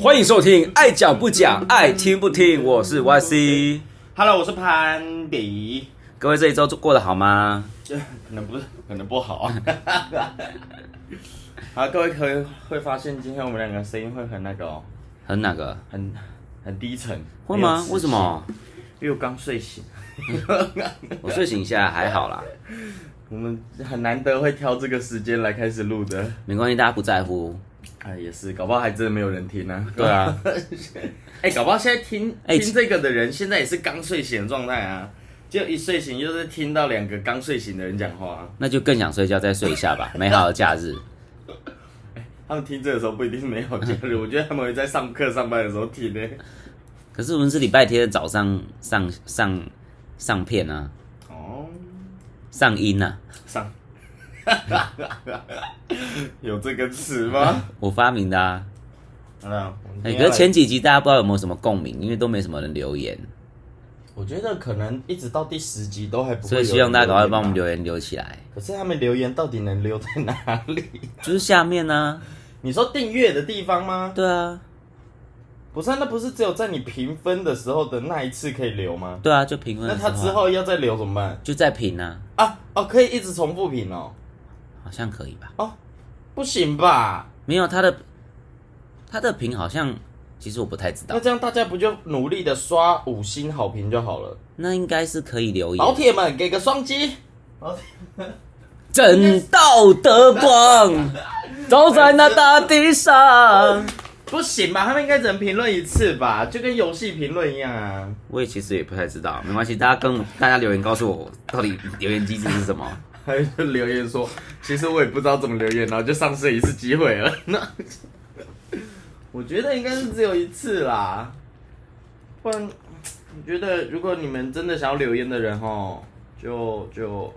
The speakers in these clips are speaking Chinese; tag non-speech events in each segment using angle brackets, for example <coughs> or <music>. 欢迎收听《爱讲不讲，爱听不听》，我是 YC。 Hello，我是潘比。各位这一周过得好吗？这可能不是，可能不好。啊 <laughs> 好，各位可以会发现，今天我们两个声音会很那个哦，很那个？很很低沉。会没有吗磁？性为什？么？因为我刚睡醒。嗯我睡醒一下还好啦， <laughs> 我们很难得会挑这个时间来开始录的。没关系，大家不在乎。哎，也是，搞不好还真的没有人听呢、啊。对啊。 <laughs> 哎、搞不好现在听哎听这个的人，现在也是刚睡醒的状态啊。就一睡醒，就是听到两个刚睡醒的人讲话啊、 <laughs> 那就更想睡觉，再睡一下吧。美好的假日，他们听这个时候不一定是没有假日， <laughs> 我觉得他们会在上课、上班的时候听呢、可是我们是礼拜天的早上上上上片啊，哦，上音啊，上， <laughs> 有这个词吗？我发明的啊。 <laughs> 好了，哎、可是前几集大家不知道有没有什么共鸣，因为都没什么人留言，我觉得可能一直到第十集都还不会，所以希望大家赶快帮我们。留言留起来，可是他们留言到底能留在哪里？ <laughs> 就是下面呢、你说订阅的地方吗啊，？对啊，不是啊，那不是只有在你评分的时候的那一次可以留吗？对啊，就评论那的时他候啊。之后要再留怎么办？就在评啊，啊哦，可以一直重复评哦？好像可以吧？不行吧？没有他的，他的评好像，其实我不太知那道。这样大家不就努力的刷五星好评就好了？那应该是可以留老言。铁们，给个双击！正道的光，照在那大地上。不行吧？他们应该只能评论一次吧，就跟游戏评论一样啊。 <laughs> 我也其实也不太知道，没关系，大家跟大家留言告诉我，到底留言机制是什么？ <laughs> 还有就留言说，其实我也不知道怎么留言，然后就丧失了一次机会了。那 <laughs> 我觉得应该是只有一次啦，不然我觉得如果你们真的想要留言的人哦，就就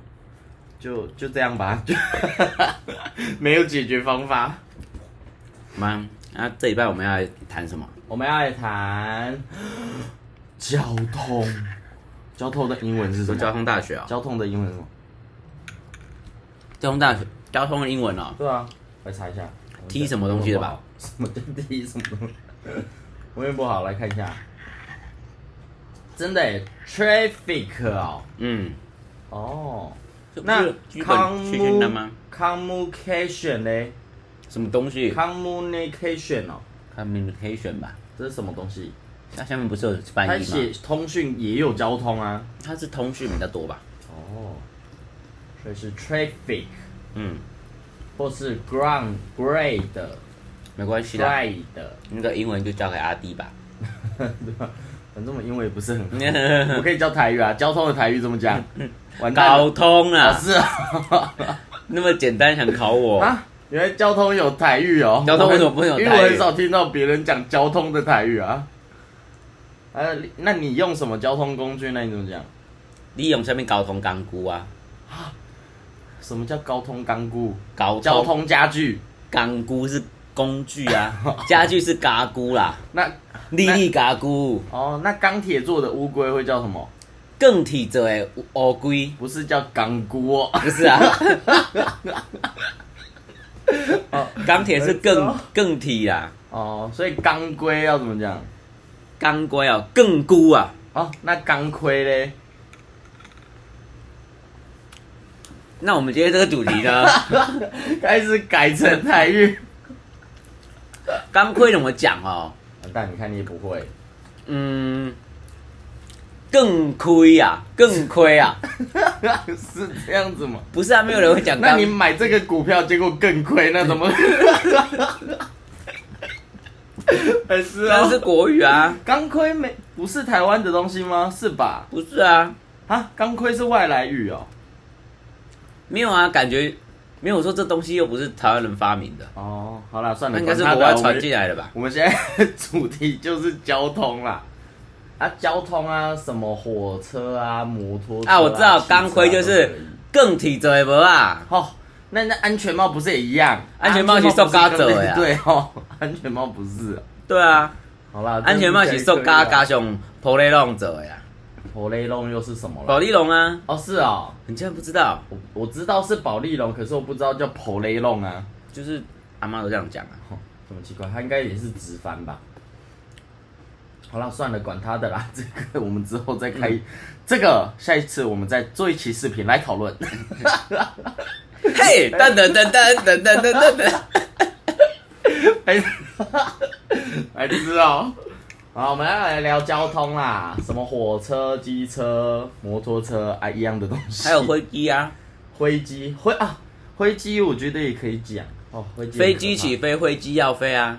就就这样吧，就 <laughs> 没有解决方法。妈，那、这礼拜我们要来谈什么？我们要来谈 <gasps> 交通。交通的英文是什说么？交通大学啊、交通的英文是什么？交通大学，交通的英文哦，对啊，来查一下。踢什么东西的吧？什么叫踢什么东西？我也不好，来看一下。真的耶，traffic 哦，嗯，哦，就那就剧本去去那吗？ communication 嘞什么东西，communication 哦， ？communication 吧，这是什么东西？那下面不是有它翻译吗？写通讯也有交通啊。它是通讯比较多吧？哦，所以是 traffic 嗯，或是 ground grade 没关系啦， grade，那个英文就交给阿弟吧。 <laughs> 对吧？反正我英文也不是很好。 <laughs> 我可以教台语啊，交通的台语怎么讲？嗯完蛋了搞通啊啦，是啊， <laughs> 那么简单想考我？啊，原来交通有台语哦。交通为什么不会有台语因为我很少听到别人讲交通的台语啊。呃，那你用什么交通工具？那你怎么讲？利用下面搞通干菇啊，什么叫交通钢骨？搞交通家具？干菇是工具 <laughs> 啊，家具是嘎菇啦，那粒粒嘎菇，哦，那钢铁做的乌龟会叫什么？更体者哎乌龟，不是叫钢骨哦。不是啊。 <laughs> 钢铁是我更知更体啊啦，哦，所以钢龟要怎么讲？钢龟哦，更菇啊，哦，那钢盔嘞？ <laughs> 那我们今天这个主题 <laughs> 呢，开始改成台语。钢盔怎么讲哦？但你看你也不会，嗯，更亏啊，更亏啊， <laughs> 是这样子吗？不是啊，没有人会讲那钢你。买这个股票，结果更亏，<laughs> 那怎么？哎是啊那，是国语啊，钢盔没不是台湾的东西吗？是吧？不是啊，啊，钢盔是外来语哦。没有啊，感觉没有我说这东西又不是台湾人发明的，哦，好啦，算嗯那了，应该是管国他外的啊我传们进来的吧？我们现在主题就是交通啦。啊，交通啊，什么火车啊，摩托车啊，我知道汽车啊钢盔就都是可以更体折不啊，哦，那那安全帽不是也一样？安全帽是塑胶做的呀 <laughs> 对哦，安全帽不是啊。对啊，好啦，安全帽是受嘎嘎熊普雷龙折的呀，头雷龙又是什么了？保利龙啊，哦，是哦，你竟然不知道，我我知道是保利龙，可是我不知道叫头雷龙啊。就是阿妈都这样讲啊， <laughs> 哦，怎么奇怪？它应该也是直翻吧？好了，算了，管他的啦， <laughs> 这个我们之后再开，嗯这个下一次我们再做一期视频来 <laughs> 讨论。嘿，噔噔噔噔噔噔噔噔噔，还哎还知道？好，我们要来聊交通啦，什么火车、机车、摩托车啊，一样的东西。还有灰机啊，灰机，灰啊，灰机，我觉得也可以讲哦。灰机很飞可机怕起飞，灰机要飞啊，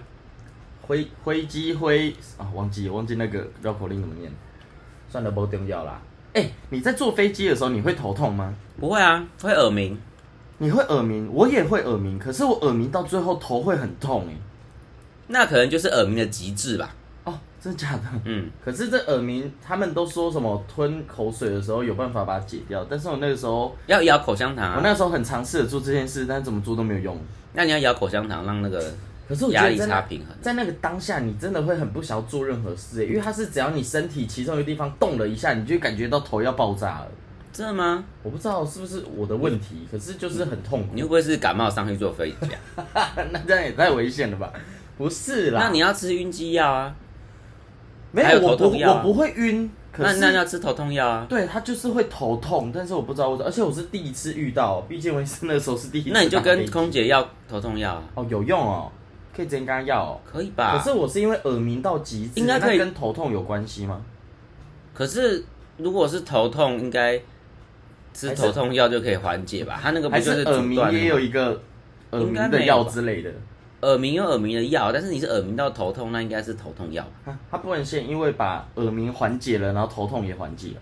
灰灰机灰啊，忘记忘记那个绕口令怎么念，算了，不重要啦。哎、你在坐飞机的时候，你会头痛吗？不会啊，会耳鸣，你会耳鸣，我也会耳鸣，可是我耳鸣到最后头会很痛哎、那可能就是耳鸣的极致吧。哦，真的假的？ <laughs> 嗯，可是这耳鸣，他们都说什么吞口水的时候有办法把它解掉，但是我那个时候，要咬口香糖我啊，那时候很尝试着做这件事，但是怎么做都没有用。那你要咬口香糖，让那个可是我觉压得力真差的平衡。啊在那个当下，你真的会很不想要做任何事、欸，因为它是只要你身体其中一个地方动了一下，你就会感觉到头要爆炸了。真的吗？我不知道是不是我的问嗯题，可是就是很痛苦你，会不会是感冒上去坐飞机啊？ <laughs> 那这样也太危险了吧？不是啊啦，那你要吃晕机药啊，没还有有我头不痛药啊我不会晕，可那是那要吃头痛药啊。对他就是会头痛，但是我不知道为什么，而且我是第一次遇到，毕竟我是那时候是第一次打那飞你机。就跟空姐要头痛药啊，哦有用哦，可以直接跟他要哦。可以可吧？是我是因为耳鸣到极致，应该可以那跟头痛有关系吗？可是如果是头痛，应该吃头痛药就可以缓解吧？它那个不还就是是耳阻鸣断也有了吗一个耳应该鸣没的有药吧之类的？耳鸣有耳鸣的药，但是你是耳鸣到头痛，那应该是头痛药吧，啊他不能先因为把耳鸣缓解了，然后头痛也缓解了。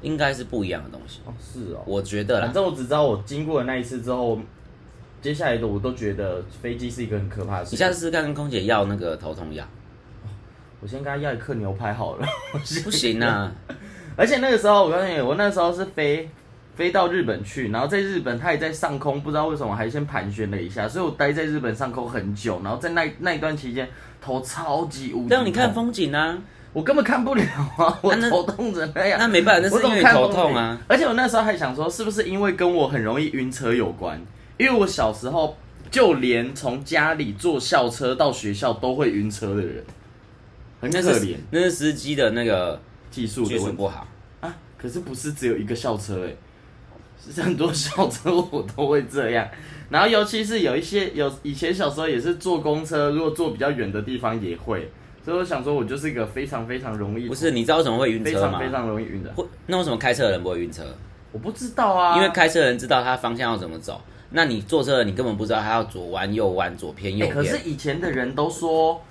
应该是不一样的东西，哦，是哦。我觉得反啦。正我只知道我经过了那一次之后，接下来的我都觉得飞机是一个很可怕的事你情下。次试试看跟空姐要那个头痛药，我先跟他要一克牛排好了。 <laughs> 不行啊，而且那个时候，我告诉你，我那时候是飞飞到日本去，然后在日本，它也在上空，不知道为什么还先盘旋了一下，所以我待在日本上空很久。然后在那那一段期间，头超级无敌。让你看，风景啊， <laughs> 我根本看不了啊，我啊那头痛成那样。那没办啊法，那我是怎因为你么看头风痛景啊。。而且我那时候还想说，是不是因为跟我很容易晕车有关？因为我小时候就连从家里坐校车到学校都会晕车的人，很那可是怜，那是司机的那个技术技的术问题不好，啊。可是不是只有一个校车哎、是很多校车我都会这样。然后尤其是有一些有以前小时候也是坐公车，如果坐比较远的地方也会，所以我想说我就是一个非常非常容易不是？你知道为什么会晕非车常吗？非常容易晕的。会那为什么开车的人不会晕车？我不知道啊，因为开车的人知道他方向要怎么走，那你坐车的你根本不知道他要左弯右弯左偏右欸可偏。是以前的人都说，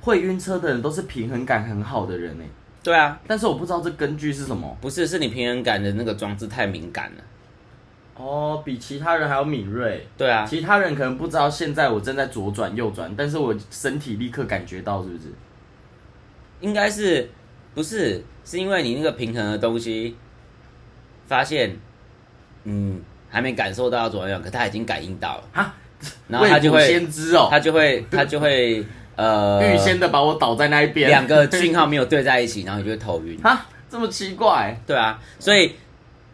会晕车的人都是平衡感很好的人呢、欸对啊，但是我不知道这根据是什么。不是是你平衡感的那个装置太敏感了。哦，比其他人还要敏锐。对啊，其他人可能不知道现在我正在左转右转，但是我身体立刻感觉到，是不是？应该是不是是因为你那个平衡的东西，发现嗯还没感受到左弯右，可他已经感应到了，哈，然后他就未会卜先知哦，他就会他就会呃 <laughs> 预先的把我倒在那一边。两个讯号没有对在一起，然后你就会头晕。 <laughs> 哈，这么奇怪，对啊，所以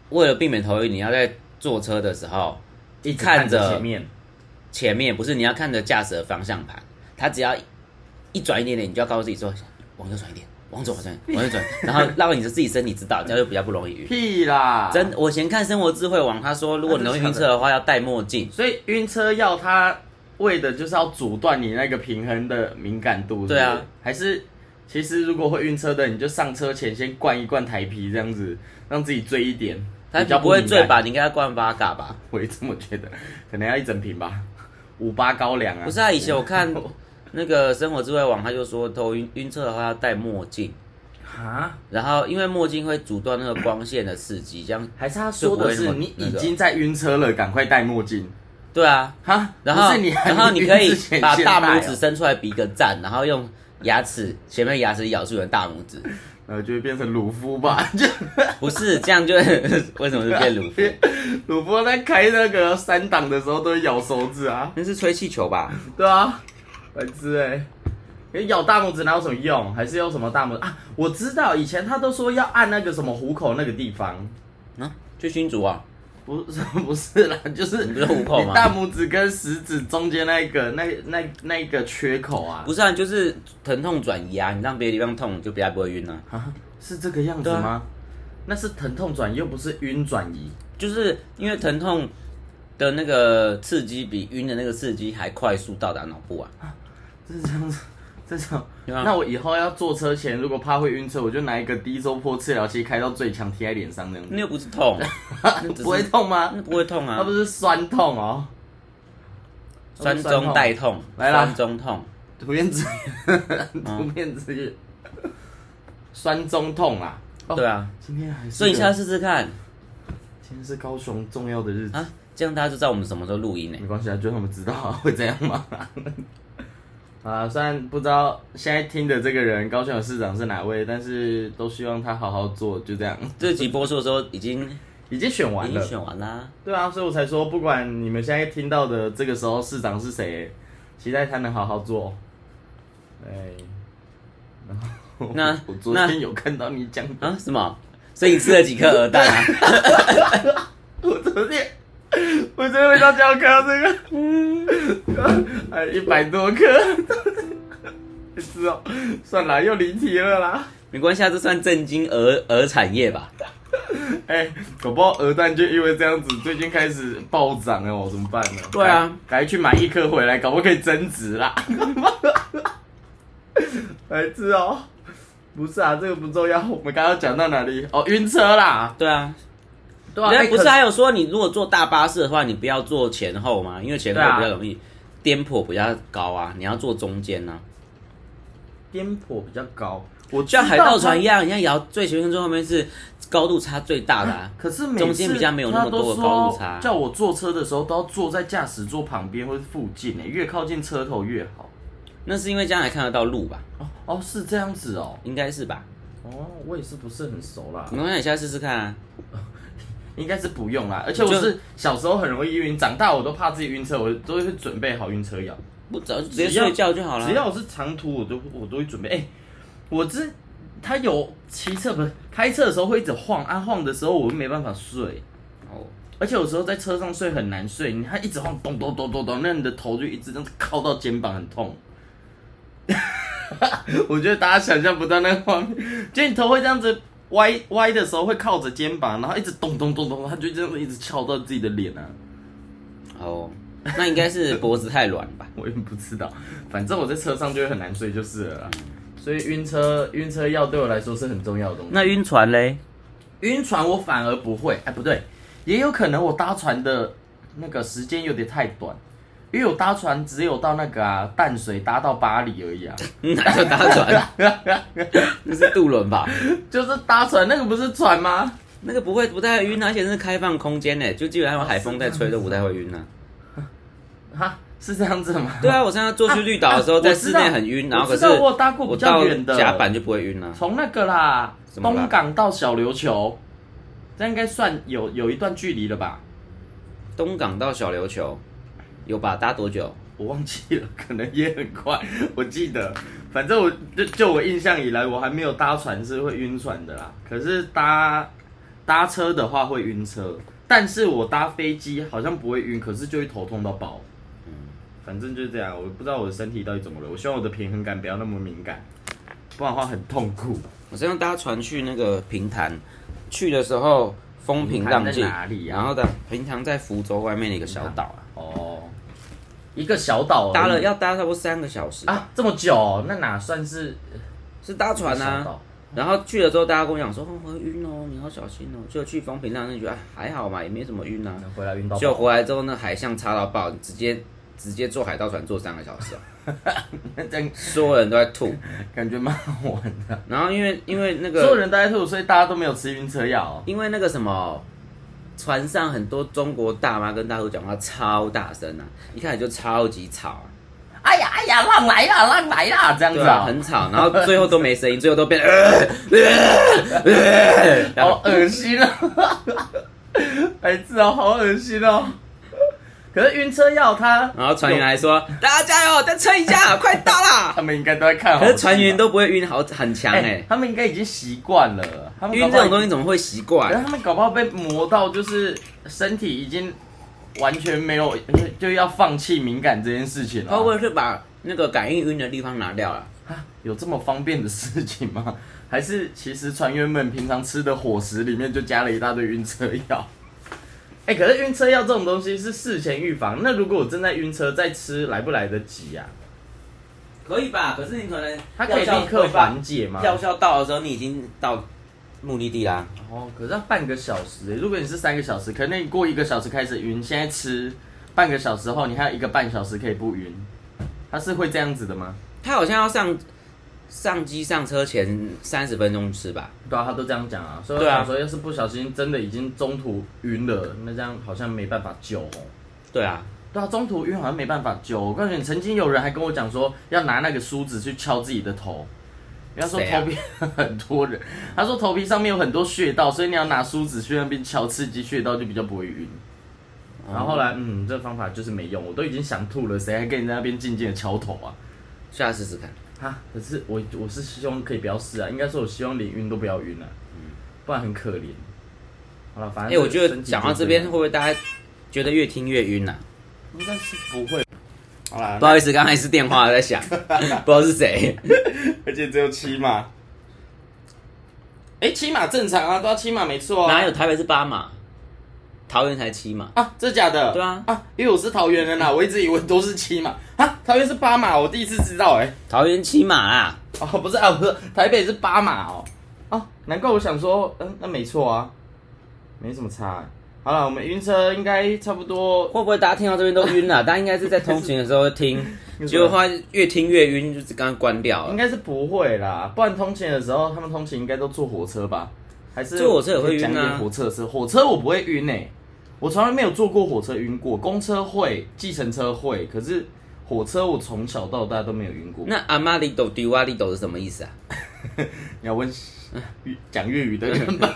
为了避免头晕，你要在坐车的时候，一直看着前面。前面不是你要看着驾驶的方向盘，它只要一转一点点，你就要告诉自己说往右转一点，往左往左往右转，然后让你的自己身体知道，这样就比较不容易晕。屁啦！真，我以前看生活智慧网，他说如果你容易晕车的话，要戴墨镜。所以晕车药它为的就是要阻断你那个平衡的敏感度，是不是对啊，还是其实如果会晕车的，你就上车前先灌一灌台啤，这样子让自己醉一点，他比较不会敏醉感？吧？你应该灌八嘎吧？我也这么觉得，可能要一整瓶吧，五八高粱啊，不是啊，以前我 <laughs> 看那个生活智慧网，他就说头晕晕车的话要戴墨镜，啊，然后因为墨镜会阻断那个光线的刺激，这样还是他说的就是不会那么你已经在晕车了，赶快戴墨镜对啊，哈，然后不是你 <laughs> 还然后没你晕可以之前把先大戴拇哦指，伸出来比个赞，然后用牙齿前面牙齿咬住你的大拇 <laughs> 指，然后呃就会变成鲁夫吧， <laughs> 就不是这样就 <laughs> 为什么是变鲁 <laughs> 夫？鲁夫在开那个三档的时候都会咬手指啊。那是吹气球吧？对啊，白痴哎、可是咬大拇指哪有什么用？还是用什么大拇指啊？我知道以前他都说要按那个什么虎口那个地方，啊，去新竹啊？不是 <laughs> 不是啦，就是你不是虎口吗你大拇指跟食指中间那一个那那那一个缺口啊，不是啊，就是疼痛转移啊，你让别的地方痛，就比较不会晕啊。啊，是这个样子对啊吗？那是疼痛转移，又不是晕转移。就是因为疼痛的那个刺激比晕的那个刺激还快速到达脑部啊。这样子，这种，对啊那我以后要坐车前，如果怕会晕车，我就拿一个低周波治疗器开到最强，贴在脸上这样子，那又不是痛，那 <laughs> 只是 <laughs> 不会痛吗？那不会痛那啊不。是酸痛哦，那不酸是中痛带痛，来啦酸中痛，图片之图片之语，酸中痛啦。哦对啊。今天还是个，所以你下次试试看今天是高雄重要的日子，啊，这样大家就知道我们什么时候录音呢、没关系啊，就让他们知道啊会这样吗？啊，虽然不知道现在听的这个人高雄的市长是哪位，但是都希望他好好做，就这样。这集播出的时候已经已经选完已了经，选完啦，对啊，所以我才说，不管你们现在听到的这个时候市长是谁，期待他能好好做。哎，然后那我昨那天有看到你讲，啊什么？所以你吃了几颗鹅蛋 <laughs> 啊？我昨天我昨天回到家看到这个， <laughs> 嗯，还一百多颗， <laughs> 是哦，算了，又离题了啦。没关系啊，这算震惊鹅鹅产业吧？哎、搞不好鹅蛋就因为这样子，最近开始暴涨了，我怎么办呢？对啊赶快去买一颗回来，搞不好可以增值啦。 <laughs> 白痴哦，不是啊，这个不重要。我们刚刚讲到哪里？哦，晕车啦。对啊，对人家不是啊哎还有说，你如果坐大巴士的话，你不要坐前后吗？因为前后对啊比较容易颠簸比较高啊，你要坐中间呢、啊。可颠簸比较高，我就像海盗船一样。样，人家也要最前面跟最后面是高度差最大的、 <laughs> 啊。可是每次中间比较没有那么多的高度差他都说叫我坐车的时候都要坐在驾驶座旁边或是附近、哎，越靠近车头越好。那是因为这样才看得到路吧？哦哦，是这样子哦。应该是吧？哦，我也是不是很熟啦。没关系，你下次试试看啊。应该是不用啦，而且我是小时候很容易晕，长大我都怕自己晕车，我都会准备好晕车药。不早就直接只要睡觉就好了。啊只要我是长途，我都我都会准备。哎、我这他有骑车不是开车的时候会一直晃啊晃的时候，我没办法睡，哦，而且有时候在车上睡很难睡，你看一直晃咚咚咚咚咚，那你的头就一直这样子靠到肩膀，很痛。 <laughs> 我觉得大家想象不到那个画面，就你头会这样子歪歪的时候会靠着肩膀，然后一直咚咚咚咚，它就这样子一直敲到自己的脸啊。哦，那应该是脖子太软 <laughs> 吧？我也不知道，反正我在车上就会很难睡就是了啦。所以晕车晕车药对我来说是很重要的东西。那晕船嘞？晕船我反而不会，哎，不对，也有可能我搭船的那个时间有点太短，因为我搭船只有到那个啊淡水搭到巴黎而已啊， <laughs> <laughs> 那就搭船，啊那是渡轮吧？就是搭船那个不是船吗？那个不会不太晕啊，而且是开放空间呢，就基本上海风在吹都不太会晕啊。哈，是这样子 <laughs> 吗？对啊，我上次坐去绿岛的时候，啊在室我内知道很晕，然后我可知是道我有搭过比我较到远的甲板就不会晕了。从那个啦，什么啦东港到小琉球，这样应该算有有一段距离了吧？东港到小琉球，有吧？搭多久？我忘记了，可能也很快。我记得，反正我就就我印象以来，我还没有搭船是会晕船的啦。可是搭搭车的话会晕车，但是我搭飞机好像不会晕，可是就会头痛到爆。反正就是这样，我不知道我的身体到底怎么了。我希望我的平衡感不要那么敏感，不然的话很痛苦。我这样搭船去那个平潭，去的时候风平浪平潭静。在哪里啊然后的平潭在福州外面的一个小岛啊，哦，一个小岛而已搭了要搭差不多三个小时吧，啊这么久哦、那哪算是是搭船哦小啊。岛然后去了之后，大家跟我讲说，哦，我会晕哦，你要小心哦。就去风平浪静，觉得啊还好嘛，也没什么晕啊。能回来晕到就爆，回来之后，那海象差到爆，直接直接坐海盗船坐三个小时啊，那 <laughs> 这样所有人都在吐。感觉蛮好玩的。然后因为因为那所有个人都在吐，所以大家都没有吃晕车药、哦。因为那个什么，船上很多中国大妈跟大叔讲话超大声啊，一开始就超级吵啊，哎呀哎呀，浪来啦，浪来啦，这样子对啊，啊、很吵， <laughs> 然后最后都没声音，最后都变得呃呃呃，然后啊 <laughs> 哎好恶心啊！白痴哦，好恶心哦！可是晕车药它，然后船员还说：“大家加油，再撑一下， <laughs> 快到啦他！”们应该都在看好戏可吧。是船员都不会晕，好很强哎、哎、他们应该已经习惯了。他们晕这种东西，西怎么会习可是惯？他们搞不好被磨到，就是身体已经完全没有，就就要放弃敏感这件事情了他会不。会是把那个感应晕的地方拿掉了？啊有这么方便的事情吗？ <laughs> 还是其实船员们平常吃的伙食里面就加了一大堆晕车药？哎、可是晕车药这种东西是事前预防，那如果我正在晕车再吃，来不来得及啊？可以吧？可是你可能它可以立刻缓解吗？药效到的时候，你已经到目的地啦。哦，可是要半个小时、如果你是三个小时，可能你过一个小时开始晕，现在吃半个小时后，你还有一个半小时可以不晕，它是会这样子的吗？他好像要上上机上车前三十分钟吃吧？对啊，他都这样讲啊，所以我对啊想说，要是不小心真的已经中途晕了，那这样好像没办法救哦。对啊，对啊，中途晕好像没办法救。我告诉你，曾经有人还跟我讲说，要拿那个梳子去敲自己的头。人家说谁啊头皮很多人， <laughs> 他说头皮上面有很多穴道，所以你要拿梳子去那边敲，刺激穴道就比较不会晕。哦然后后来，嗯，这方法就是没用，我都已经想吐了，谁还跟你在那边静静的敲头啊？下次试试看。哈，可是我我是希望可以不要试啊，应该说我希望连晕都不要晕啊，不然很可怜。好了，反嗯哎、正我觉得身体讲就到这样边，会不会大家觉得越听越晕啊？应该是不会。好啦不，好意思，刚才是电话在 <laughs> 响，不知道是谁。而且只有七码。哎、七码正常啊，都要七码没错哪啊。有台北是八码，桃园才七码？啊，这假的？对啊啊，因为我是桃园人啦，我一直以为都是七码啊，桃园是八码，我第一次知道哎、桃园七码啊，哦，不是啊，不是，台北是八码哦。哦，难怪我想说，嗯，那没错啊，没什么差、啊好了，我们晕车应该差不多。会不会大家听到这边都晕啊了、<laughs> 大家应该是在通勤的时候听，结果话越听越晕，就是刚刚关掉了。应该是不会啦，不然通勤的时候，他们通勤应该都坐火车吧？还是坐火车也会晕啊讲一点火车的事，火车我不会晕诶、欸我从来没有坐过火车晕过，公车会，计程车会，可是火车我从小到大都没有晕过。那阿妈里斗丢啊里斗是什么意思啊？你要 <laughs> 问粤讲粤语的人吧？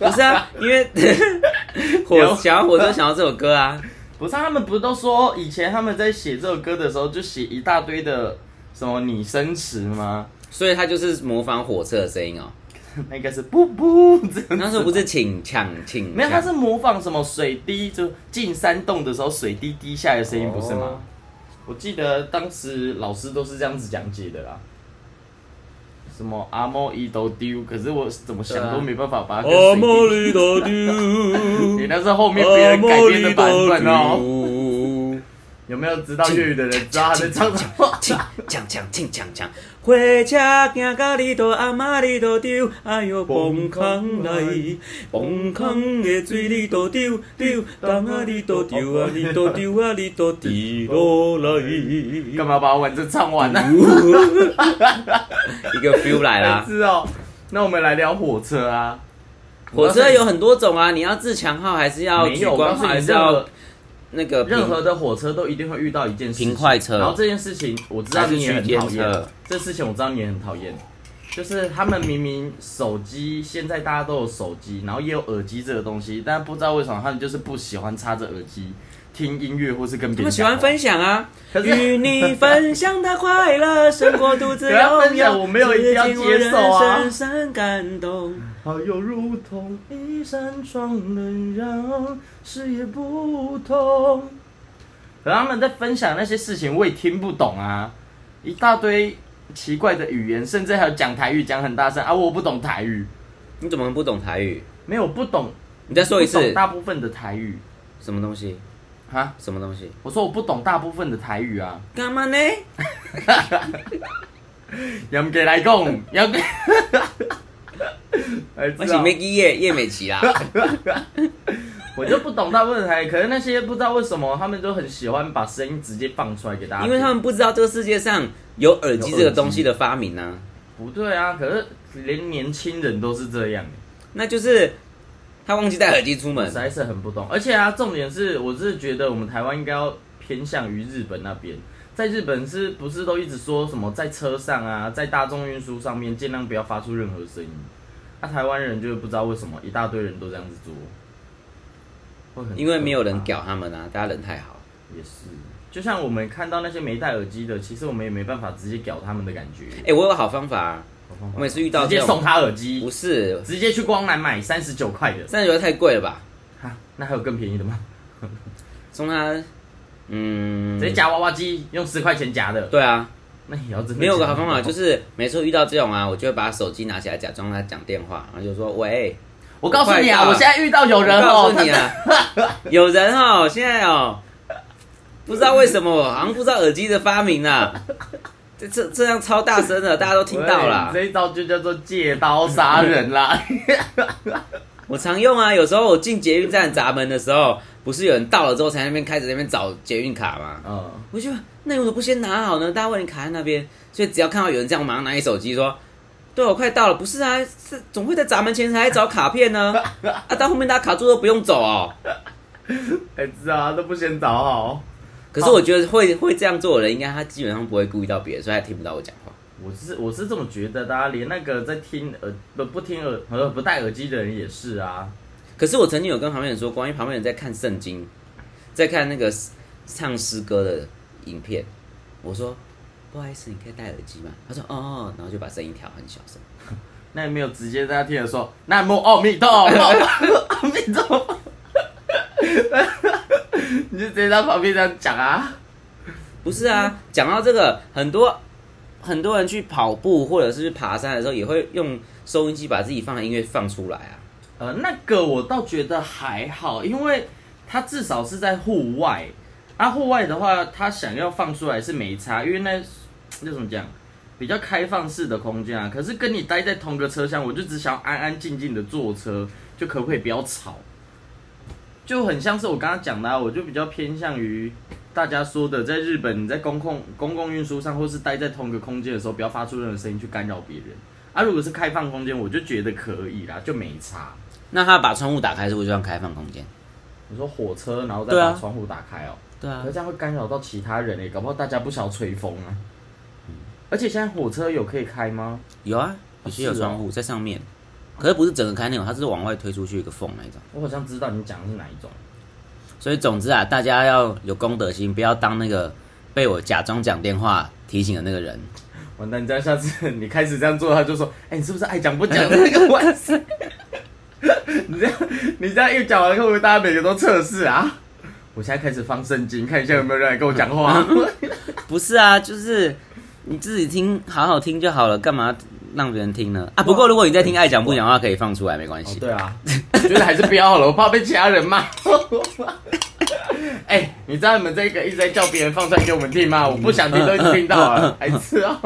不是 <laughs> 啊，因为火有想要火车想要这首歌啊，不是啊、他们不是都说以前他们在写这首歌的时候就写一大堆的什么拟声词吗？ <laughs> 所以他就是模仿火车的声音哦。那应该是不不这样。那时候不是请抢请，没有，他抢是模仿什么水滴，就进山洞的时候水滴滴下来的声音，不是吗？哦我记得当时老师都是这样子讲解的啦。什么阿莫伊都丢，可是我怎么对想啊都没办法把它跟阿水莫滴。里斗丢，你那是 <laughs> 后面别人改编的版本哦。哦。有没有知道粤语的人知道他在唱什么？ <laughs> 请抢抢请抢抢，火车行到你都阿妈你都丢，哎哟，崩空来，崩空的水你都丢丢，东啊你都丢啊你都丢啊你都滴落来。干嘛把我完整唱完啊呢、一个 feel 来啦，是哦，那我们来聊火车啊。火车有很多种啊，你要自强号还是要没举有，我告光诉号还你，是任要何那个任何的火车都一定会遇到一件事情平快车然后这件事情我知道你还也是很区间讨厌车，这事情我知道你也很讨厌，就是他们明明手机现在大家都有手机，然后也有耳机这个东西，但不知道为什么他们就是不喜欢插着耳机听音乐或是跟他别人们讲话。喜欢分享啊，可是与你分享的快乐胜过独自 <laughs> 可是拥分享有。我没有一定要接受啊深深感动。好友如同一扇窗，能让视野不同。可他们在分享那些事情，我也听不懂啊，一大堆奇怪的语言，甚至还有讲台语讲很大声啊，我不懂台语，你怎么不懂台语？没有不懂，你再说一不懂次，大部分的台语什么东西？哈，什么东西？我说我不懂大部分的台语啊，干嘛呢？要给来讲，要给， <laughs> 哎我知是道 m a g 叶叶美琪啊 <laughs> 啦。我就不懂大部分的台语，可是那些不知道为什么他们都很喜欢把声音直接放出来给大家听，因为他们不知道这个世界上有耳机这个东西的发明啊，不对啊，可是连年轻人都是这样，那就是他忘记带耳机出实门。在是很不懂。而且啊，重点是，我是觉得我们台湾应该要偏向于日本那边。在日本是不是都一直说什么在车上啊，在大众运输上面尽量不要发出任何声音？那、台湾人就不知道为什么一大堆人都这样子做，会很因为没有人可怕屌他们啊，大家人太好。也是，就像我们看到那些没戴耳机的，其实我们也没办法直接屌他们的感觉。哎、我有个好方法啊，好方法我每次遇到直接这种送他耳不机，是直接去光南买三十九块的，三十九太贵了吧？哈，那还有更便宜的吗？送他，嗯直，接夹娃娃机，用十块钱夹的，对啊，那也要真的夹。没有个好方法，就是每次遇到这种啊，我就会把手机拿起来假装他讲电话，然后就说喂，我告诉你啊，我我现在遇到有人我哦告，诉你啊，有人哦，现在哦，不知道为什么，好像不知道耳机的发明啊，这这这样超大声的，大家都听到啦喂。这一招就叫做借刀杀 <laughs> 人啦。我常用啊，有时候我进捷运站闸门的时候，不是有人到了之后才在那边开始在那边找捷运卡吗？嗯，我就那你为什么不先拿好呢？大家问你卡在那边，所以只要看到有人这样，我马上拿起手机说：“对，我快到了。”不是啊，是总会在闸门前才来找卡片呢。啊，到后面大家卡住都不用走哦。才知道啊，都不先找好。可是我觉得会会这样做的人，应该他基本上不会顾虑到别人，所以他听不到我讲话。我是我是这么觉得的、啊，连那个在听耳不不听耳呃不戴耳机的人也是啊。可是我曾经有跟旁边人说过，因为旁边人在看圣经，在看那个诗唱诗歌的影片，我说不好意思，你可以戴耳机吗？他说哦哦，然后就把声音调很小声。那有没有直接在他听的时候，南无阿弥陀佛，阿弥陀 <laughs> 佛，你就直接在旁边这样讲啊。不是啊，讲到这个，很多很多人去跑步或者是去爬山的时候，也会用收音机把自己放的音乐放出来啊。呃，那个我倒觉得还好，因为他至少是在户外。啊，户外的话，他想要放出来是没差，因为那那怎么讲，比较开放式的空间啊。可是跟你待在同个车厢，我就只想安安静静的坐车，就可不可以不要吵？就很像是我刚刚讲的、啊，我就比较偏向于大家说的，在日本你在公共公共运输上，或是待在同个空间的时候，不要发出任何声音去干扰别人。啊，如果是开放空间，我就觉得可以啦，就没差。那他把窗户打开是不是就像开放空间？你说火车，然后再对啊把窗户打开哦、对啊可是这样会干扰到其他人诶、欸搞不好大家不想要吹风啊。嗯而且现在火车有可以开吗？有啊，有些有窗户在上面，可是不是整个开那种，它是往外推出去一个缝那一种。我好像知道你讲的是哪一种。所以总之啊，大家要有公德心，不要当那个被我假装讲电话提醒的那个人。完蛋，你知道下次你开始这样做，他就说：“哎、你是不是爱讲不讲的那个晚上？” <laughs> 你这样，你这样一讲完，会不会大家每个都测试啊？我现在开始放圣经，看一下有没有人来跟我讲话。不是啊，就是你自己听，好好听就好了，干嘛让别人听呢？啊，不过如果你在听爱讲不讲的话，可以放出来，没关哦系，。对啊， <laughs> 我觉得还是不要好了，我怕被其他 <laughs> 人骂。哎、你知道你们这个一直在叫别人放出来给我们嗯听吗？我不想听都已经听到了，还是哦。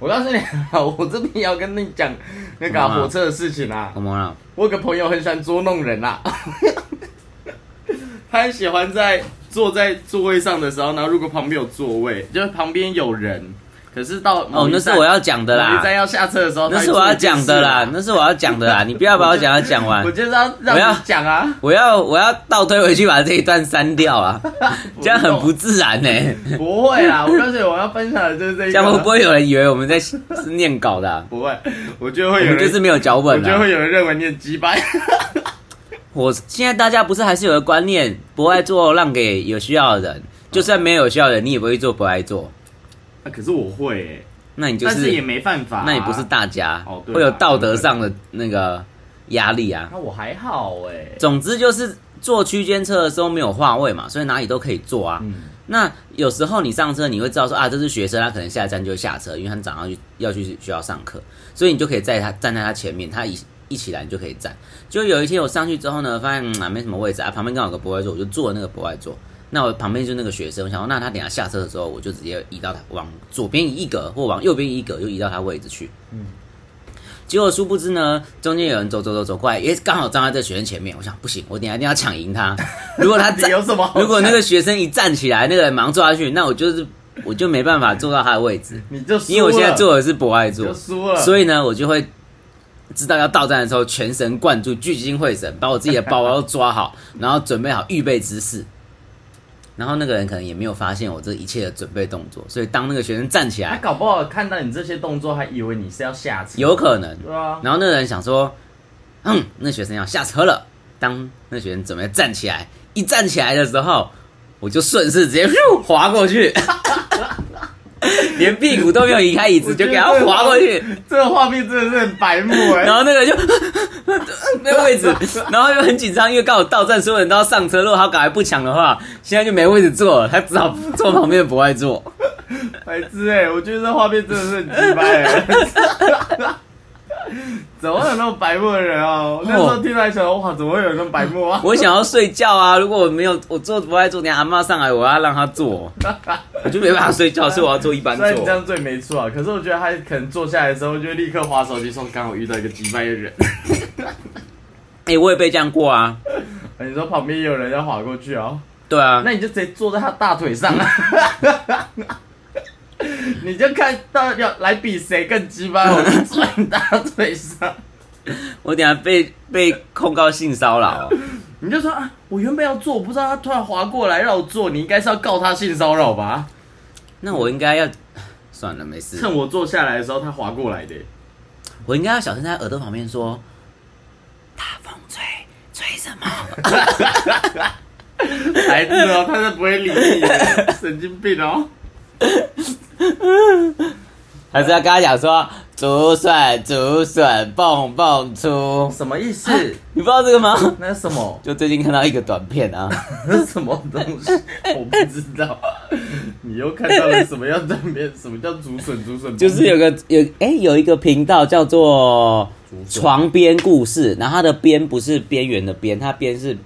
我告诉你啊，我这边也要跟你讲那个啊、干嘛火车的事情啊。怎么了？我有个朋友很喜欢捉弄人啦、 <laughs> 他很喜欢在坐在座位上的时候，然后如果旁边有座位，就是旁边有人，可是到哦，那是我要讲的你啦，在要下车的时候，那他是就我要做一件讲的啦事，啊那是我要讲 <laughs> 的啦，你不要把我讲的讲完我。就是要让我要你讲啊，我要我要倒推回去把这一段删掉啊，这样很不自然呢、不会啦。我告诉你，我要分享的就是这一这个，样会不会有人以为我们在是念稿的啊、不会，我觉得我会有们人，就是没有脚我本觉得啊。会有人认为你很鸡掰。我现在大家不是还是有个观念，不爱做让给有需要的人，就算没有有需要的人，你也不会做不爱做，啊可是我会欸，那你就但是是也没办法啊。那也不是大家、哦对啊会有道德上的那个压力啊。那我还好哎。总之就是坐区间车的时候没有话位嘛，所以哪里都可以坐啊。嗯，那有时候你上车，你会知道说啊，这是学生，他可能下一站就会下车，因为他早上去要去学校上课，所以你就可以在他站在他前面，他一一起来你就可以站。就有一天我上去之后呢，发现、嗯、啊没什么位置啊，旁边刚好有个博爱座，我就坐那个博爱座。那我旁边就那个学生，我想说，哦那他等一下下车的时候，我就直接移到他往左边移一格，或往右边移一格，就移到他位置去。嗯结果殊不知呢，中间有人走走走走过来，也刚好站在这学生前面。我想不行，我等一下一定要抢赢他。如果他你站，有什么好啊 <laughs> 讲？如果那个学生一站起来，那个人马上坐下去，那我就是我就没办法坐到他的位置，你就输了因为我现在坐的是博爱你座就，输了，所以呢，我就会知道要到站的时候全神贯注、聚精会神，把我自己的包包都抓好， <laughs> 然后准备好预备姿势。然后那个人可能也没有发现我这一切的准备动作，所以当那个学生站起他来，搞不好看到你这些动作，还以为你是要下车。有可能对啊，然后那个人想说，嗯，那学生要下车了。当那学生准备站起来，一站起来的时候，我就顺势直接咻滑过去， <laughs> 连屁股都没有移开椅子就给他滑过去，这个画面真的是很白目 <laughs> 哎、然后那个就没有位置，然后就很紧张，因为刚好到站，所有人都要上车，如果他赶来不抢的话，现在就没位置坐了，他只好坐旁边的博爱座。 <laughs> 白痴哎、我觉得这画面真的是很鸡掰哎、 <laughs> 怎么会有那种白目的人啊？我那时候听到还想说，哇，怎么会有那种白目啊？我想要睡觉啊！如果我没有我坐不爱坐，等一下阿妈上来，我要让她坐，我就没办法睡觉，所以我要坐一般虽然你这坐。样最没错啊，可是我觉得他可能坐下来的时候就立刻划手机，说刚好遇到一个击败的人。 <laughs> 哎、我也被这样过啊，你说旁边也有人要划过去哦，对啊，那你就直接坐在他大腿上啊， <laughs> 你就看到要来比谁更鸡掰，我就坐你大腿上。我等一下被被控告性骚扰，你就说啊，我原本要做，我不知道他突然划过来让我做，你应该是要告他性骚扰吧？那我应该要算了，没事， <laughs> 趁我坐下来的时候，他划过 <laughs> 来的。我应该要小声在她耳朵旁边说：“大风吹，吹什么孩子哦，他是不会理你的，神经病哦。？”还是要跟她讲说：“竹笋，竹笋，蹦蹦出。什么意思？”你不知道这个吗？那是什么？ <laughs> 就最近看到一个短片啊，那是什么东西？ <laughs> 我不知道。 <laughs> 你又看到了什么样的面？什么叫竹笋？竹笋就是有个有哎、有一个频道叫做竹笋床边故事，然后它的边不是边缘的边，它边是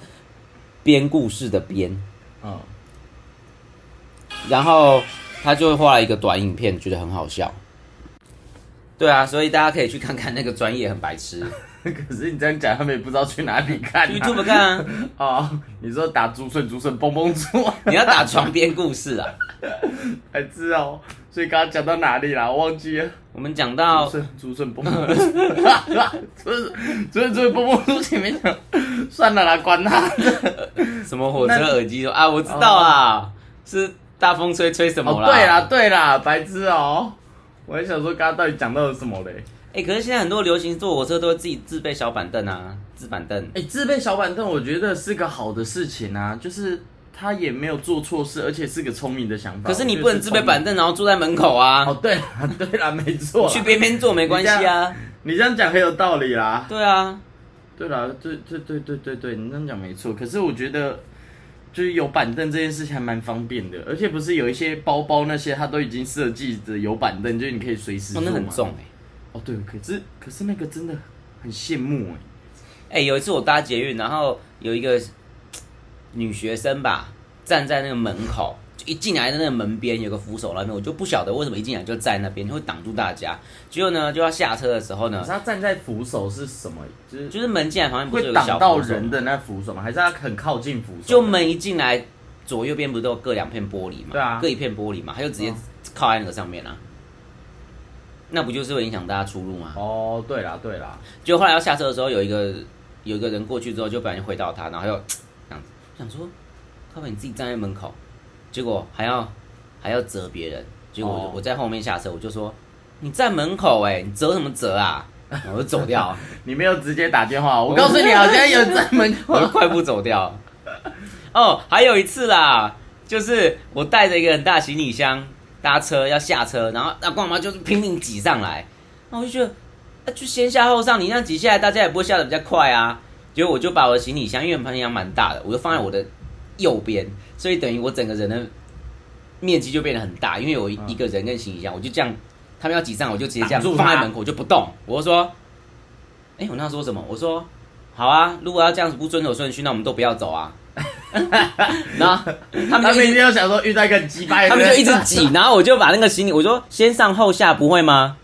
编故事的边。嗯，然后他就画了一个短影片，觉得很好笑。对啊，所以大家可以去看看那个专业很白 <laughs> 痴 <laughs> 可是你这样讲，他们也不知道 <laughs> 去哪里看、啊。 ，YouTube 看啊，哦，你说打竹笋，竹笋蹦蹦出，你要打床边故事啊。还知道？所以刚刚讲到哪里啦？我忘记了。我们讲到是竹笋蹦 <laughs> 蹦，就是就是就是蹦蹦猪前面讲，算了啦，管他。什么火车耳机说啊，我知道啦，是大风吹吹什么哦，啦？对啦，对啦，白痴哦、我还想说刚刚到底讲到了什么嘞？哎、可是现在很多流行坐火车都会自己自备小板凳啊，自板凳。哎、自备小板凳，我觉得是个好的事情啊，就是他也没有做错事，而且是个聪明的想法。可是你不能自备板凳。凳，然后坐在门口啊，哦，对啦，对啦，没错啦。去边边坐没关系啊。你这样讲很有道理啦。对啊，对啦，对对对对对对，你这样讲没错。可是我觉得，就是有板凳这件事情还蛮方便的，而且不是有一些包包那些，它都已经设计着有板凳，就是你可以随时哦坐、那很。重哎、哦，对，可是可是那个真的很羡慕哎。哎、有一次我搭捷运，然后有一个嘖女学生吧，站在那个门口，就一进来的那个门边有个扶手那边，我就不晓得为什么一进来就在那边，就会挡住大家。结果呢，就要下车的时候可呢是，他站在扶手是什么？就是就是门进来旁边不是会有个挡小到扶手人吗，的那扶手吗？还是他很靠近扶手？就门一进来，左右边不是都有各两片玻璃嘛？对啊各一片玻璃嘛，他就直接嗯靠在那个上面啊。那不就是会影响大家出入吗？哦，对啦对啦，就后来要下车的时候，有一个有一个人过去之后，就不小心回到他，然后又这样子，想说，靠北你自己站在门口，结果还要还要责别人，结果我就、哦我在后面下车，我就说你站门口哎、你折什么折啊？然后我就走掉，你没有直接打电话，我告诉你，好像有人在门口我就快步走掉。 <laughs> 哦，还有一次啦，就是我带着一个很大行李箱搭车要下车，然后那光妈就是拼命挤上来，那我就觉得，啊、就先下后上，你那样挤下来，大家也不会下的比较快啊。结果我就把我的行李箱，因为行李箱蛮大的，我就放在我的右边，所以等于我整个人的面积就变得很大，因为我一嗯一个人跟行李箱，我就这样，他们要挤上，我就直接这样挡住放在他门口，我就不动。我就说，哎、我那时候说什么？我说，好啊，如果要这样子不遵守顺序，那我们都不要走 <laughs> 啊。然后他他们就们一一直定有想说遇到一个鸡巴，他们就一直挤，然后我就把那个行李，我说先上后下不会吗？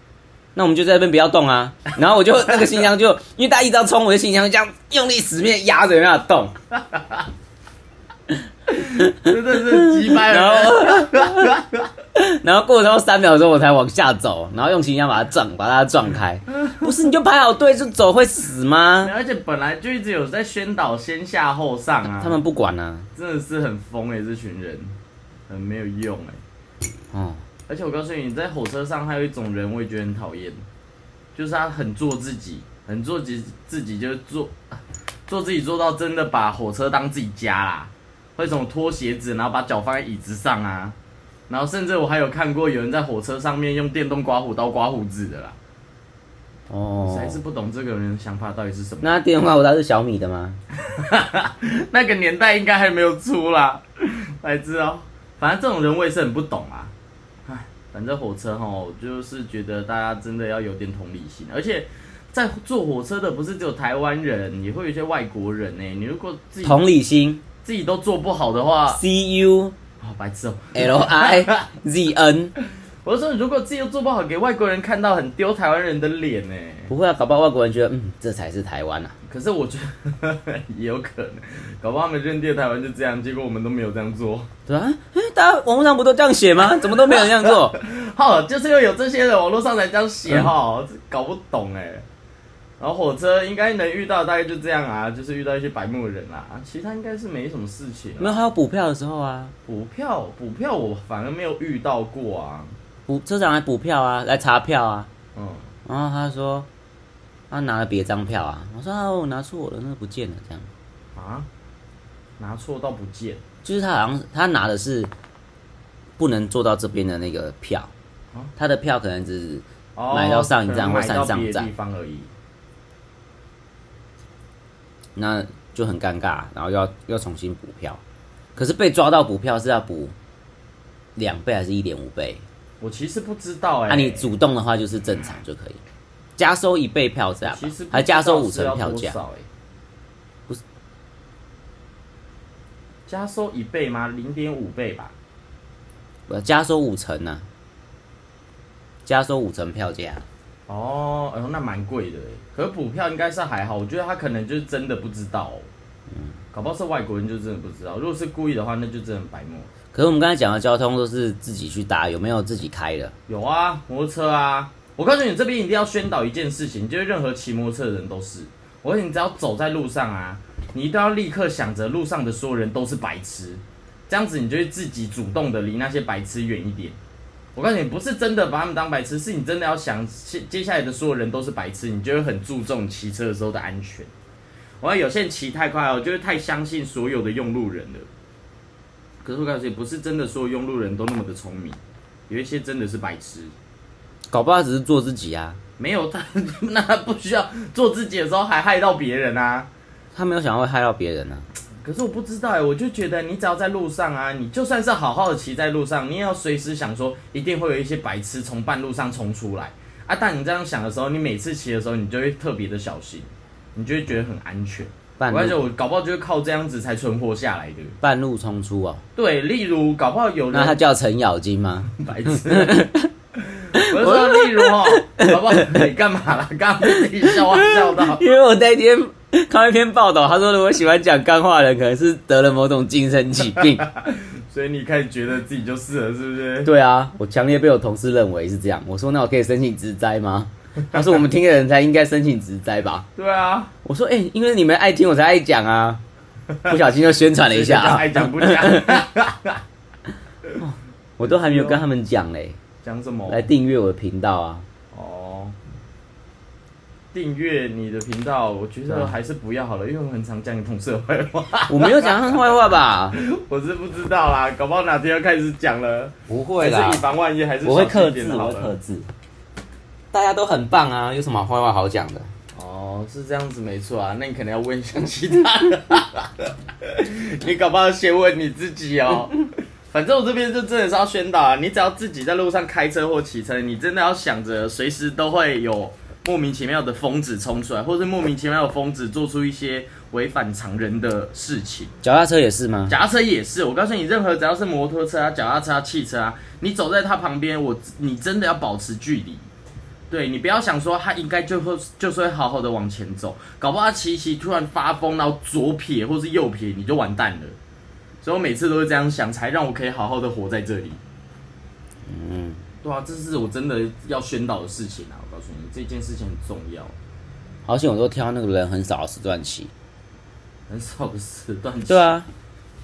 那我们就在那边不要动啊。然后我就那个行李箱就因为大家一直要冲，我的行李箱就这样用力死命压着，没办法动。真的是鸡巴。 <laughs> 然后然后过了差不多三秒之后，我才往下走，然后用行李箱把它撞，把它撞开。不是你就排好队就走会死吗？而且本来就一直有在宣导先下后上啊，他们不管啊。真的是很疯哎、这群人很没有用哎、哦，而且我告诉你，在火车上还有一种人，我也觉得很讨厌，就是他很做自己，很做自自己，就是做做自己做到真的把火车当自己家啦。会什么脱鞋子，然后把脚放在椅子上啊，然后甚至我还有看过有人在火车上面用电动刮胡刀刮胡子的啦，我实在是哦，不懂这个人的想法到底是什么。那电话我倒是小米的吗？那个年代应该还没有出啦， <laughs> 才知道。反正这种人我也是很不懂啊。唉，反正火车吼，就是觉得大家真的要有点同理心，而且在坐火车的不是只有台湾人，也会有一些外国人呢、你如果自己同理心自己都做不好的话， ，C U 好、白痴哦、 L I Z N，我是说，如果自己又做不好，给外国人看到，很丢台湾人的脸呢、不会啊，搞不好外国人觉得，嗯，这才是台湾啊。可是我觉得 <laughs> 也有可能，搞不好他们认定台湾就这样，结果我们都没有这样做。对啊，哎，大家网络上不都这样写吗？怎么都没有人这样做？好，哦就是因为有这些人，网络上才这样嗯写哈，搞不懂哎、然后火车应该能遇到，大概就这样啊，就是遇到一些白目的人啦、其他应该是没什么事情 <laughs> 没啊、有，还有补票的时候啊，补票，补票我反而没有遇到过啊。补车长来补票啊，来查票啊。嗯，然后他说，他拿了别张票啊。我说啊，我拿错了，那个不见了，这样。啊，拿错到不见就是他好像他拿的是不能坐到这边的那个票啊，他的票可能只哦，买到上一站或可能买到山上别的站地方而已。那就很尴尬，然后要要重新补票。可是被抓到补票是要补两倍还是一点五倍？我其实不知道哎、啊，你主动的话就是正常就可以，加收一倍票价吧其实，不啊还加收知道五是成要票多价，少哎不是加收一倍吗？零点五倍吧。呃，加收五成呢、加收五成票价。哦，哎呦，那蛮贵的耶。可是补票应该是还好，我觉得他可能就是真的不知道、哦，搞不好是外国人就真的不知道。如果是故意的话，那就真的白目。可是我们刚才讲的交通都是自己去搭，有没有自己开的？有啊，摩托车啊，我告诉你，这边一定要宣导一件事情，就是任何骑摩托车的人都是，我说你只要走在路上啊，你一定要立刻想着路上的所有人都是白痴，这样子你就会自己主动的离那些白痴远一点。我告诉你，不是真的把他们当白痴，是你真的要想接接下来的所有人都是白痴，你就会很注重骑车的时候的安全。我有些人骑太快哦，就是太相信所有的用路人了。可是我告诉你，不是真的所有用路人都那么的聪明，有一些真的是白痴。搞不好只是做自己啊，没有他， <laughs> 那他不需要做自己的时候还害到别人啊。他没有想到会害到别人啊。可是我不知道哎，我就觉得你只要在路上啊，你就算是好好的骑在路上，你也要随时想说，一定会有一些白痴从半路上冲出来啊。但你这样想的时候，你每次骑的时候，你就会特别的小心，你就会觉得很安全。半而且路我搞不好就是靠这样子才存活下来的。半路冲出哦，对，例如搞不好有 <laughs> 那他人叫程咬金吗？白痴。我是说，例如哦，搞不好你干嘛啦？刚刚被自己笑话笑到。因为我那天看到一篇报道，他说如果喜欢讲干话的人，可能是得了某种精神疾病。所以你开始觉得自己就适合，是不是？对啊，我强烈被我同事认为是这样。我说那我可以申请职灾吗？他说我们听的人才应该申请职灾吧。对啊，我说，哎、因为你们爱听，我才爱讲啊。不小心就宣传了一下、 <laughs> 啊爱，讲不讲？ <laughs> 我都还没有跟他们讲嘞，讲什么？来订阅我的频道啊。哦，订阅你的频道，我觉对啊得还是不要好了，因为我很常讲你同事的坏 <laughs> 话，我没有讲他坏话吧？我是不知道啦，搞不好哪天要开始讲了，不会还是以防万一，还是我会小克心点制，好我会了克制。大家都很棒啊，有什么坏话好讲的？哦，是这样子没错啊，那你可能要问一下其他人，你搞不好先问你自己哦。反正我这边就真的是要宣导啊，你只要自己在路上开车或骑车，你真的要想着随时都会有莫名其妙的疯子冲出来，或是莫名其妙的疯子做出一些违反常人的事情。脚踏车也是吗？脚踏车也是，我告诉你，任何只要是摩托车啊、脚踏车啊、汽车啊，你走在它旁边，我你真的要保持距离。对你不要想说他应该就会就是会好好的往前走，搞不好他骑一骑突然发疯，然后左撇或是右撇，你就完蛋了。所以我每次都是这样想，才让我可以好好的活在这里。嗯，对啊，这是我真的要宣导的事情啊！我告诉你，这件事情很重要。好险我都挑那个人很少的时段骑。很少的时段，对，啊，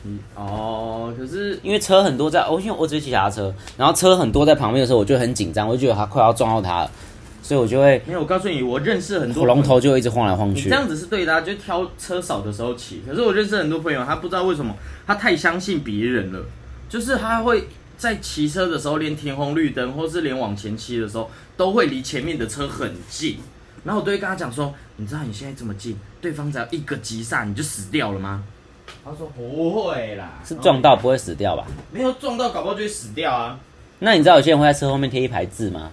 你哦，可是因为车很多在，我因为我只是骑脚踏车，然后车很多在旁边的时候，我就很紧张，我就觉得他快要撞到他了。所以我就会没有，我告诉你，我认识很多火龙头就一直晃来晃你去这。样子是对的、啊，就挑车少的时候骑。可是我认识很多朋友，他不知道为什么他太相信别人了，就是他会在骑车的时候，连停红绿灯或是连往前骑的时候，都会离前面的车很近。然后我都会跟他讲说，你知道你现在这么近，对方只要一个急刹你就死掉了吗？他说不会啦，哦是撞到不会死掉吧？没有撞到，搞不好就会死掉啊！那你知道有些人会在车后面贴一排字吗？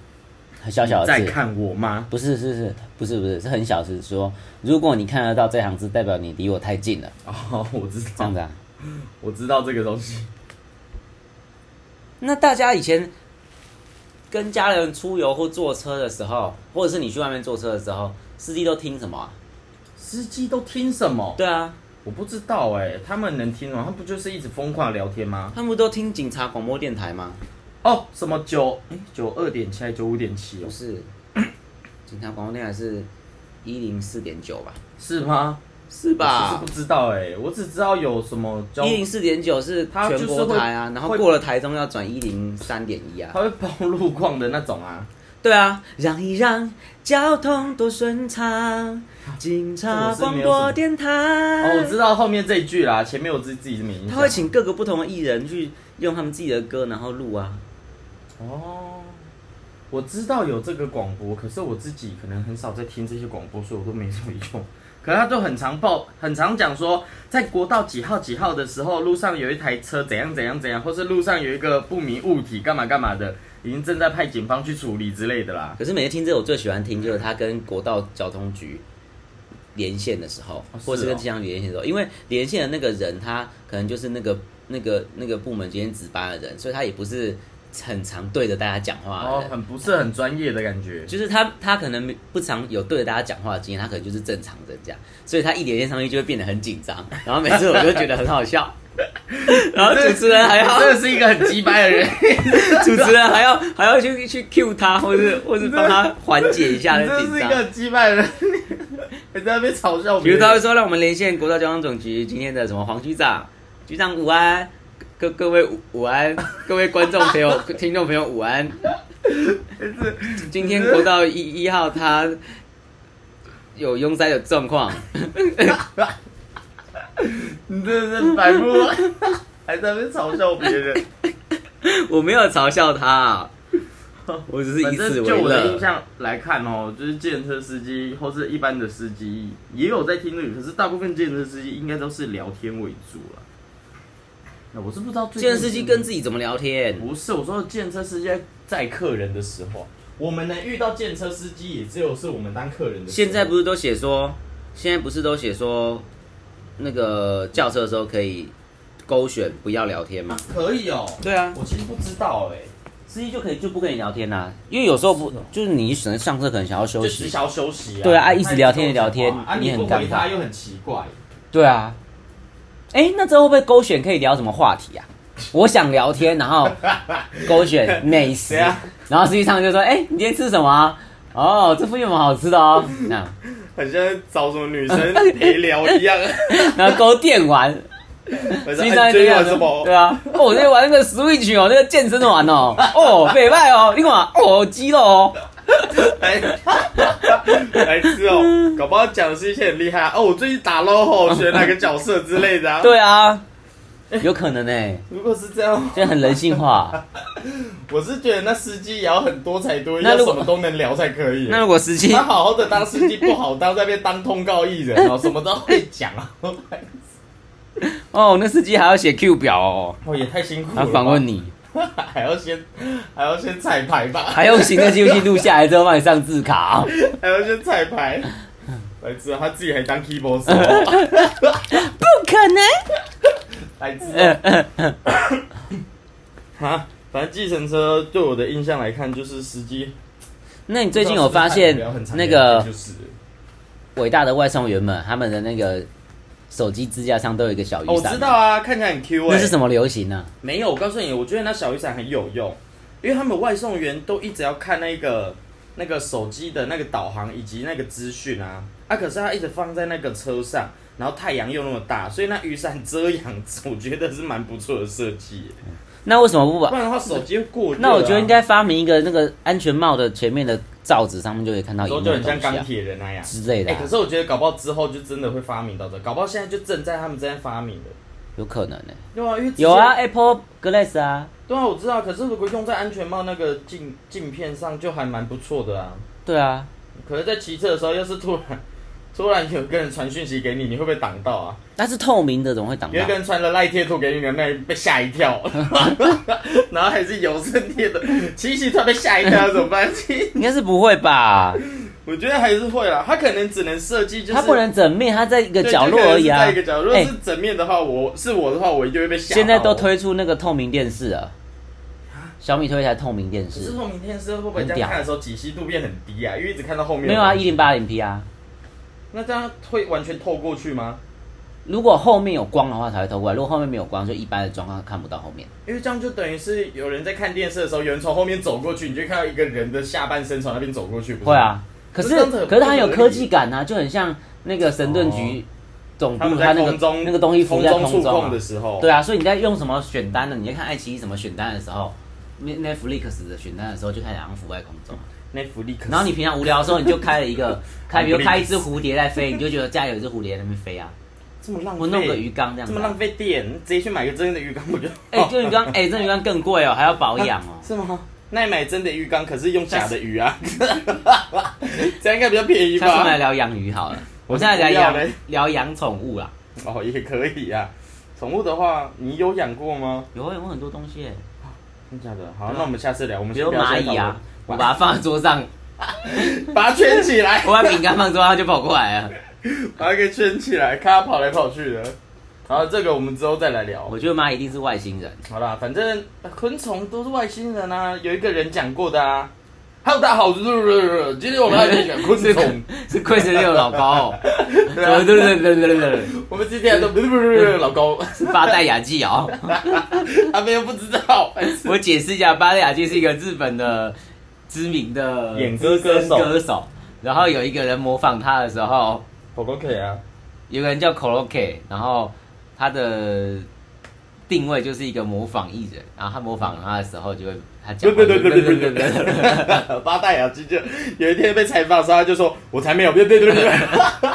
很小小的再字，看我吗？不是，是是，不是不是，是很小，是说如果你看得到这行字，代表你离我太近了，哦，我知这道样，子啊。我知道这个东西。那大家以前跟家人出游或坐车的时候，或者是你去外面坐车的时候，司机都听什么、啊？司机都听什么？对啊，我不知道哎、他们能听吗？他不就是一直疯狂聊天吗？他们不都听警察广播电台吗？哦，什么九哎九二点七还九五点七哦不？ <coughs> 是，警察广播电台是一零四点九吧？是吗？是我吧其实？不知道哎、我只知道有什么交，一零四点九是它就是全国台啊，会然后过了台中要转一零三点一啊。他会包路况的那种啊。对啊，让一让交通多顺畅，警察广播电台。哦，我哦知道后面这一句啦，前面我自自己是没印象。他会请各个不同的艺人去用他们自己的歌，然后录啊。哦，我知道有这个广播，可是我自己可能很少在听这些广播，所以我都没什么用。 <laughs> 可是他就很常报，很常讲说，在国道几号几号的时候，路上有一台车怎样怎样怎样，或是路上有一个不明物体干嘛干嘛的，已经正在派警方去处理之类的啦。可是每次听这，我最喜欢听就是他跟国道交通局连线的时候，哦或者是跟是哦气象局连线的时候，因为连线的那个人他可能就是那个那个那个部门今天值班的人，所以他也不是很常对着大家讲话的哦人。，很不是很专业的感觉。就是他，他可能不常有对着大家讲话的经验，他可能就是正常人这样，所以他一连线上去就会变得很紧 <laughs> 张，然后每次我就觉得很好笑，然后啊主持人还要真的是一个很鸡掰的 <laughs> 人，主持人还要还要去去 cue 他，或是或是帮他缓解一下真的的紧是一个张。很鸡掰的人， <laughs> 还在那边嘲笑比别如人。他会说，让我们连线国道交通总局今天的什么黄局长，局长午安，各各位午午安， <laughs> 各位观众朋友、听众朋友午安。 <laughs> 今天国道一一号他有拥塞的状况， <laughs> 你真的是白目，啊 <laughs> 还在那边嘲笑别人。我没有嘲笑他，我只是反以此正为就我的印乐。象来看哦，就是电车司机或是一般的司机也有在听日语，可是大部分电车司机应该都是聊天为主了。那我是不知道最近健身司机跟自己怎么聊天？不是我说的电车司机在载客人的时候，我们能遇到电车司机，也只有是我们当客人的时候。现在不是都写说，现在不是都写说，那个叫车的时候可以勾选不要聊天吗？可以哦、对啊，我其实不知道哎、司机就可以就不跟你聊天啦、因为有时候不就是哦你可能上车可能想要休就只息，想要休息啊。对啊啊他一直聊天跟我聊讲话天啊，你你不很尴回尬他又很奇怪。对啊，哎、那之后会不会勾选可以聊什么话题啊？我想聊天，然 <laughs> 后勾选美食，对啊然后司机上就说，哎、你今天吃什么啊、哦，这附近有什么好吃的哦？那很像找什么 <laughs> 女生陪聊一样，哎然后勾电 <laughs> 玩，很实际上追这玩样什么对？啊，哦，我在玩那个 Switch 哦，那个健身玩哦，哦，北派哦，你干嘛？哦，肌肉哦，来 <laughs> 来吃哦，搞不好讲的是一些很厉害哦。我最近 <laughs> 打 LOHO 学哪个角色之类的、啊。，对啊，有可能哎、如果是这样，就很人性 <laughs> 化。我是觉得那司机也要很多才多艺，那要如什果么都能聊才可以。那如果司机他好好的当司机不好当，在那边当通告艺 <laughs> 人哦，什么都会讲啊。 <laughs> 哦，那司机还要写 Q 表哦，哦，也太辛苦他了。访问，你， <laughs> 还要先还要先彩排吧？还用行车记录器录下来之后帮你上字卡哦、 <laughs> 还要先彩排。来吃啊，他自己还当 keyboard <laughs> 手哦不可能。来吃啊。呃呃呃啊，反正计程车对我的印象来看，就是司机 <laughs> 那你最近有发现那个伟大的外送员们，他们的那个手机支架上都有一个小雨伞、哦，我知道，啊，看起来很 Q 哎、那是什么流行啊呢、没有，我告诉你，我觉得那小雨伞很有用，因为他们外送员都一直要看那个那个手机的那个导航以及那个资讯啊啊，可是他一直放在那个车上，然后太阳又那么大，所以那雨伞遮阳， <laughs> 我觉得是蛮不错的设计。那为什么不把不然的话，手机会过热啊、那我觉得应该发明一个那个安全帽的前面的罩子上面就可以看到之荧后幕就的很像东西钢啊铁人那样。之类的哎、啊、可是我觉得搞不好之后就真的会发明到这，搞不好现在就正在他们正在发明的。有可能呢、对啊，因为之前有啊，Apple Glass 啊，对啊，我知道。可是如果用在安全帽那个镜镜片上，就还蛮不错的啊。对啊，可是，在骑车的时候，要是突然 <laughs> 突然有个人传讯息给你，你会不会挡到啊？但是透明的怎么会挡到有一？个人传了赖贴图给你，那你被吓 <laughs> 一跳，然后还是有声贴的，骑骑突然被吓一跳怎么办？应该是不会吧？我觉得还是会啦，他可能只能设计就是它不能整面，它在一个对角落而已就可能啊是在一个。角落，如果是整面的话，我是我的话，我一定会被吓到。现在都推出那个透明电视了，小米推一台透明电啊可是视，透明电视会不会这样看的时候解析度变很低啊？因为一直看到后面没有啊，一零八零 P 啊。那这样会完全透过去吗？如果后面有光的话才会透过来，如果后面没有光，就一般的状况看不到后面。因为这样就等于是有人在看电视的时候，有人从后面走过去，你就看到一个人的下半身从那边走过去，不是吗会，啊，可是这样子很可是它很有科技感啊，就很像那个神盾局总部哦他们它在那空个中那个东西浮在空空中触中碰啊的。时候，对啊，所以你在用什么选单呢？你在看爱奇艺什么选单的时候，Net-，Netflix 的选单的时候就开始好像浮在空中。那福利可是 <laughs> 然后你平常无聊的时候，你就开了一 <laughs> 个开，比如 Netflix 开一只蝴蝶在飞，你就觉得家里有一只蝴蝶在那边飞啊，这么浪费，我弄个鱼缸这样这子么啊。浪费电，你直接去买个真的鱼缸不就？哎，这鱼 <laughs> 缸哎，这鱼缸更贵哦，还要保养哦。是吗？那你买真的鱼缸，可是用假的鱼啊， <laughs> 这样应该比较便宜下次我们来吧？聊养鱼 <laughs> 好了，我我现在来不要养嘞聊养宠物啦。哦，也可以啊。宠物的话，你有养过吗？有啊有很多东西耶，真假的？好，那我们下次聊。我们啊比先如不要蚂现在蚁讨啊，我论把它放在桌上， <laughs> 把把它圈起来，我把饼干放桌上，它就跑过来了。把它给圈起来，看它跑来跑去的。好，这个我们之后再来聊我。觉得蚂蚁一定是外星 <laughs> 人，好啦，反正昆虫都是外星人啊，有一个人讲过的啊。Hello，大家好，我是今天我们要来讲昆是虫。是龟神六老高哦， <laughs> 对啊对对对对对，我们今天都不是不是不是老高， <laughs> 是八代雅纪哦。他们又不知道。烦死 <laughs> 我解释一下，八代雅纪是一个日本的知名的演歌歌手资深歌手，然后有一个人模仿他的时候，我都可以啊。有个人叫 Koroke，然后他的定位就是一个模仿艺人，然后他模仿他的时候就会他讲对话对就对对对对对对，八大雅基就有一天被采访的时候，他就说：“我才没有，对对对对对。”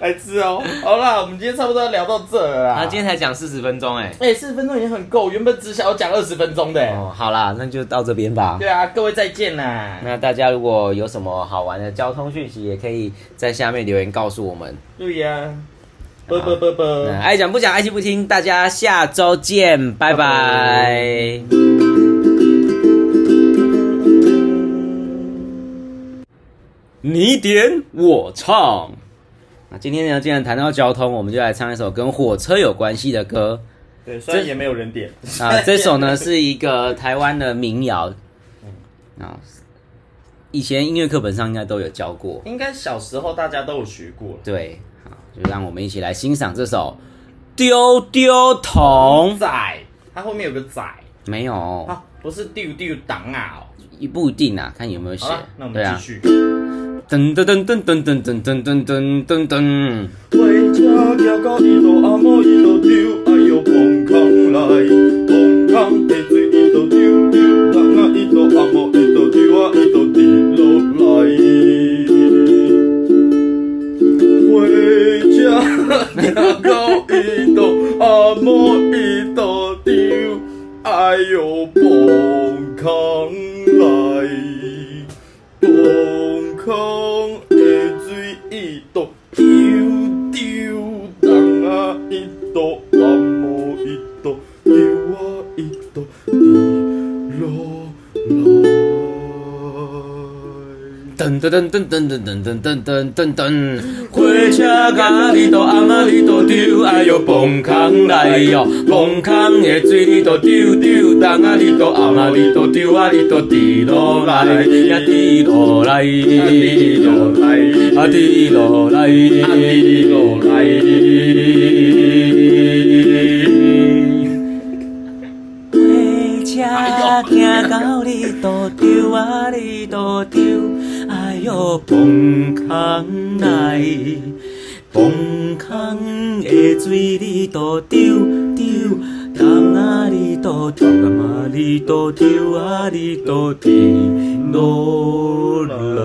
白痴哦！好啦，我们今天差不多聊到这了啦。 <laughs> 他今天才讲四十分钟哎、哎，四十分钟也很够，原本只想要讲二十分钟的欸。哦，好啦，那就到这边吧。对啊，各位再见啦！那大家如果有什么好玩的交通讯息，也可以在下面留言告诉我们。对呀，啊啵啵啵啵呃那。爱讲不讲，爱听不听，大家下周见，拜拜拜拜你点我唱。那今天呢，既然谈到交通，我们就来唱一首跟火车有关系的歌对，虽然也没有人点。 <laughs> <laughs> 啊。这首呢是一个台湾的民谣，啊，以前音乐课本上应该都有教过。应该小时候大家都有学过了。对，好，就让我们一起来欣赏这首《丢丢桶》。仔，它后面有个仔没有，啊，不是丢丢档啊哦。一不一定啊，看有没有写好啦，。那我对们啊继，续。噔噔噔噔噔噔噔噔噔噔噔噔。回家行到伊路阿嬷伊路丢，哎呦碰空来，碰空的水伊路丢丢，人啊伊路阿嬷伊路丢啊伊路滴落来。回家行到伊路阿嬷伊路丢，哎呦碰空来。崩空的水伊都丢丢，人啊伊都阿无伊都丢啊伊都滴落来。噔噔噔噔噔噔噔噔噔噔噔，火车甲你都阿妈你都丢，哎哟，蹦空来哟，蹦空的水你都丢丢，东啊你都阿妈你都丢啊你都滴落来呀滴落来，啊滴落来，啊滴落来，啊滴落来。火车行到你都丢啊，你都丢，哎哟，崩空来，崩空的水你都丢丢，东啊你都都丢，阿妈里都丢，阿里都丢，落来。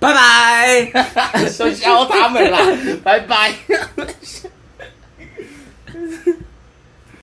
拜拜。 <laughs> 都笑他们啦，拜拜。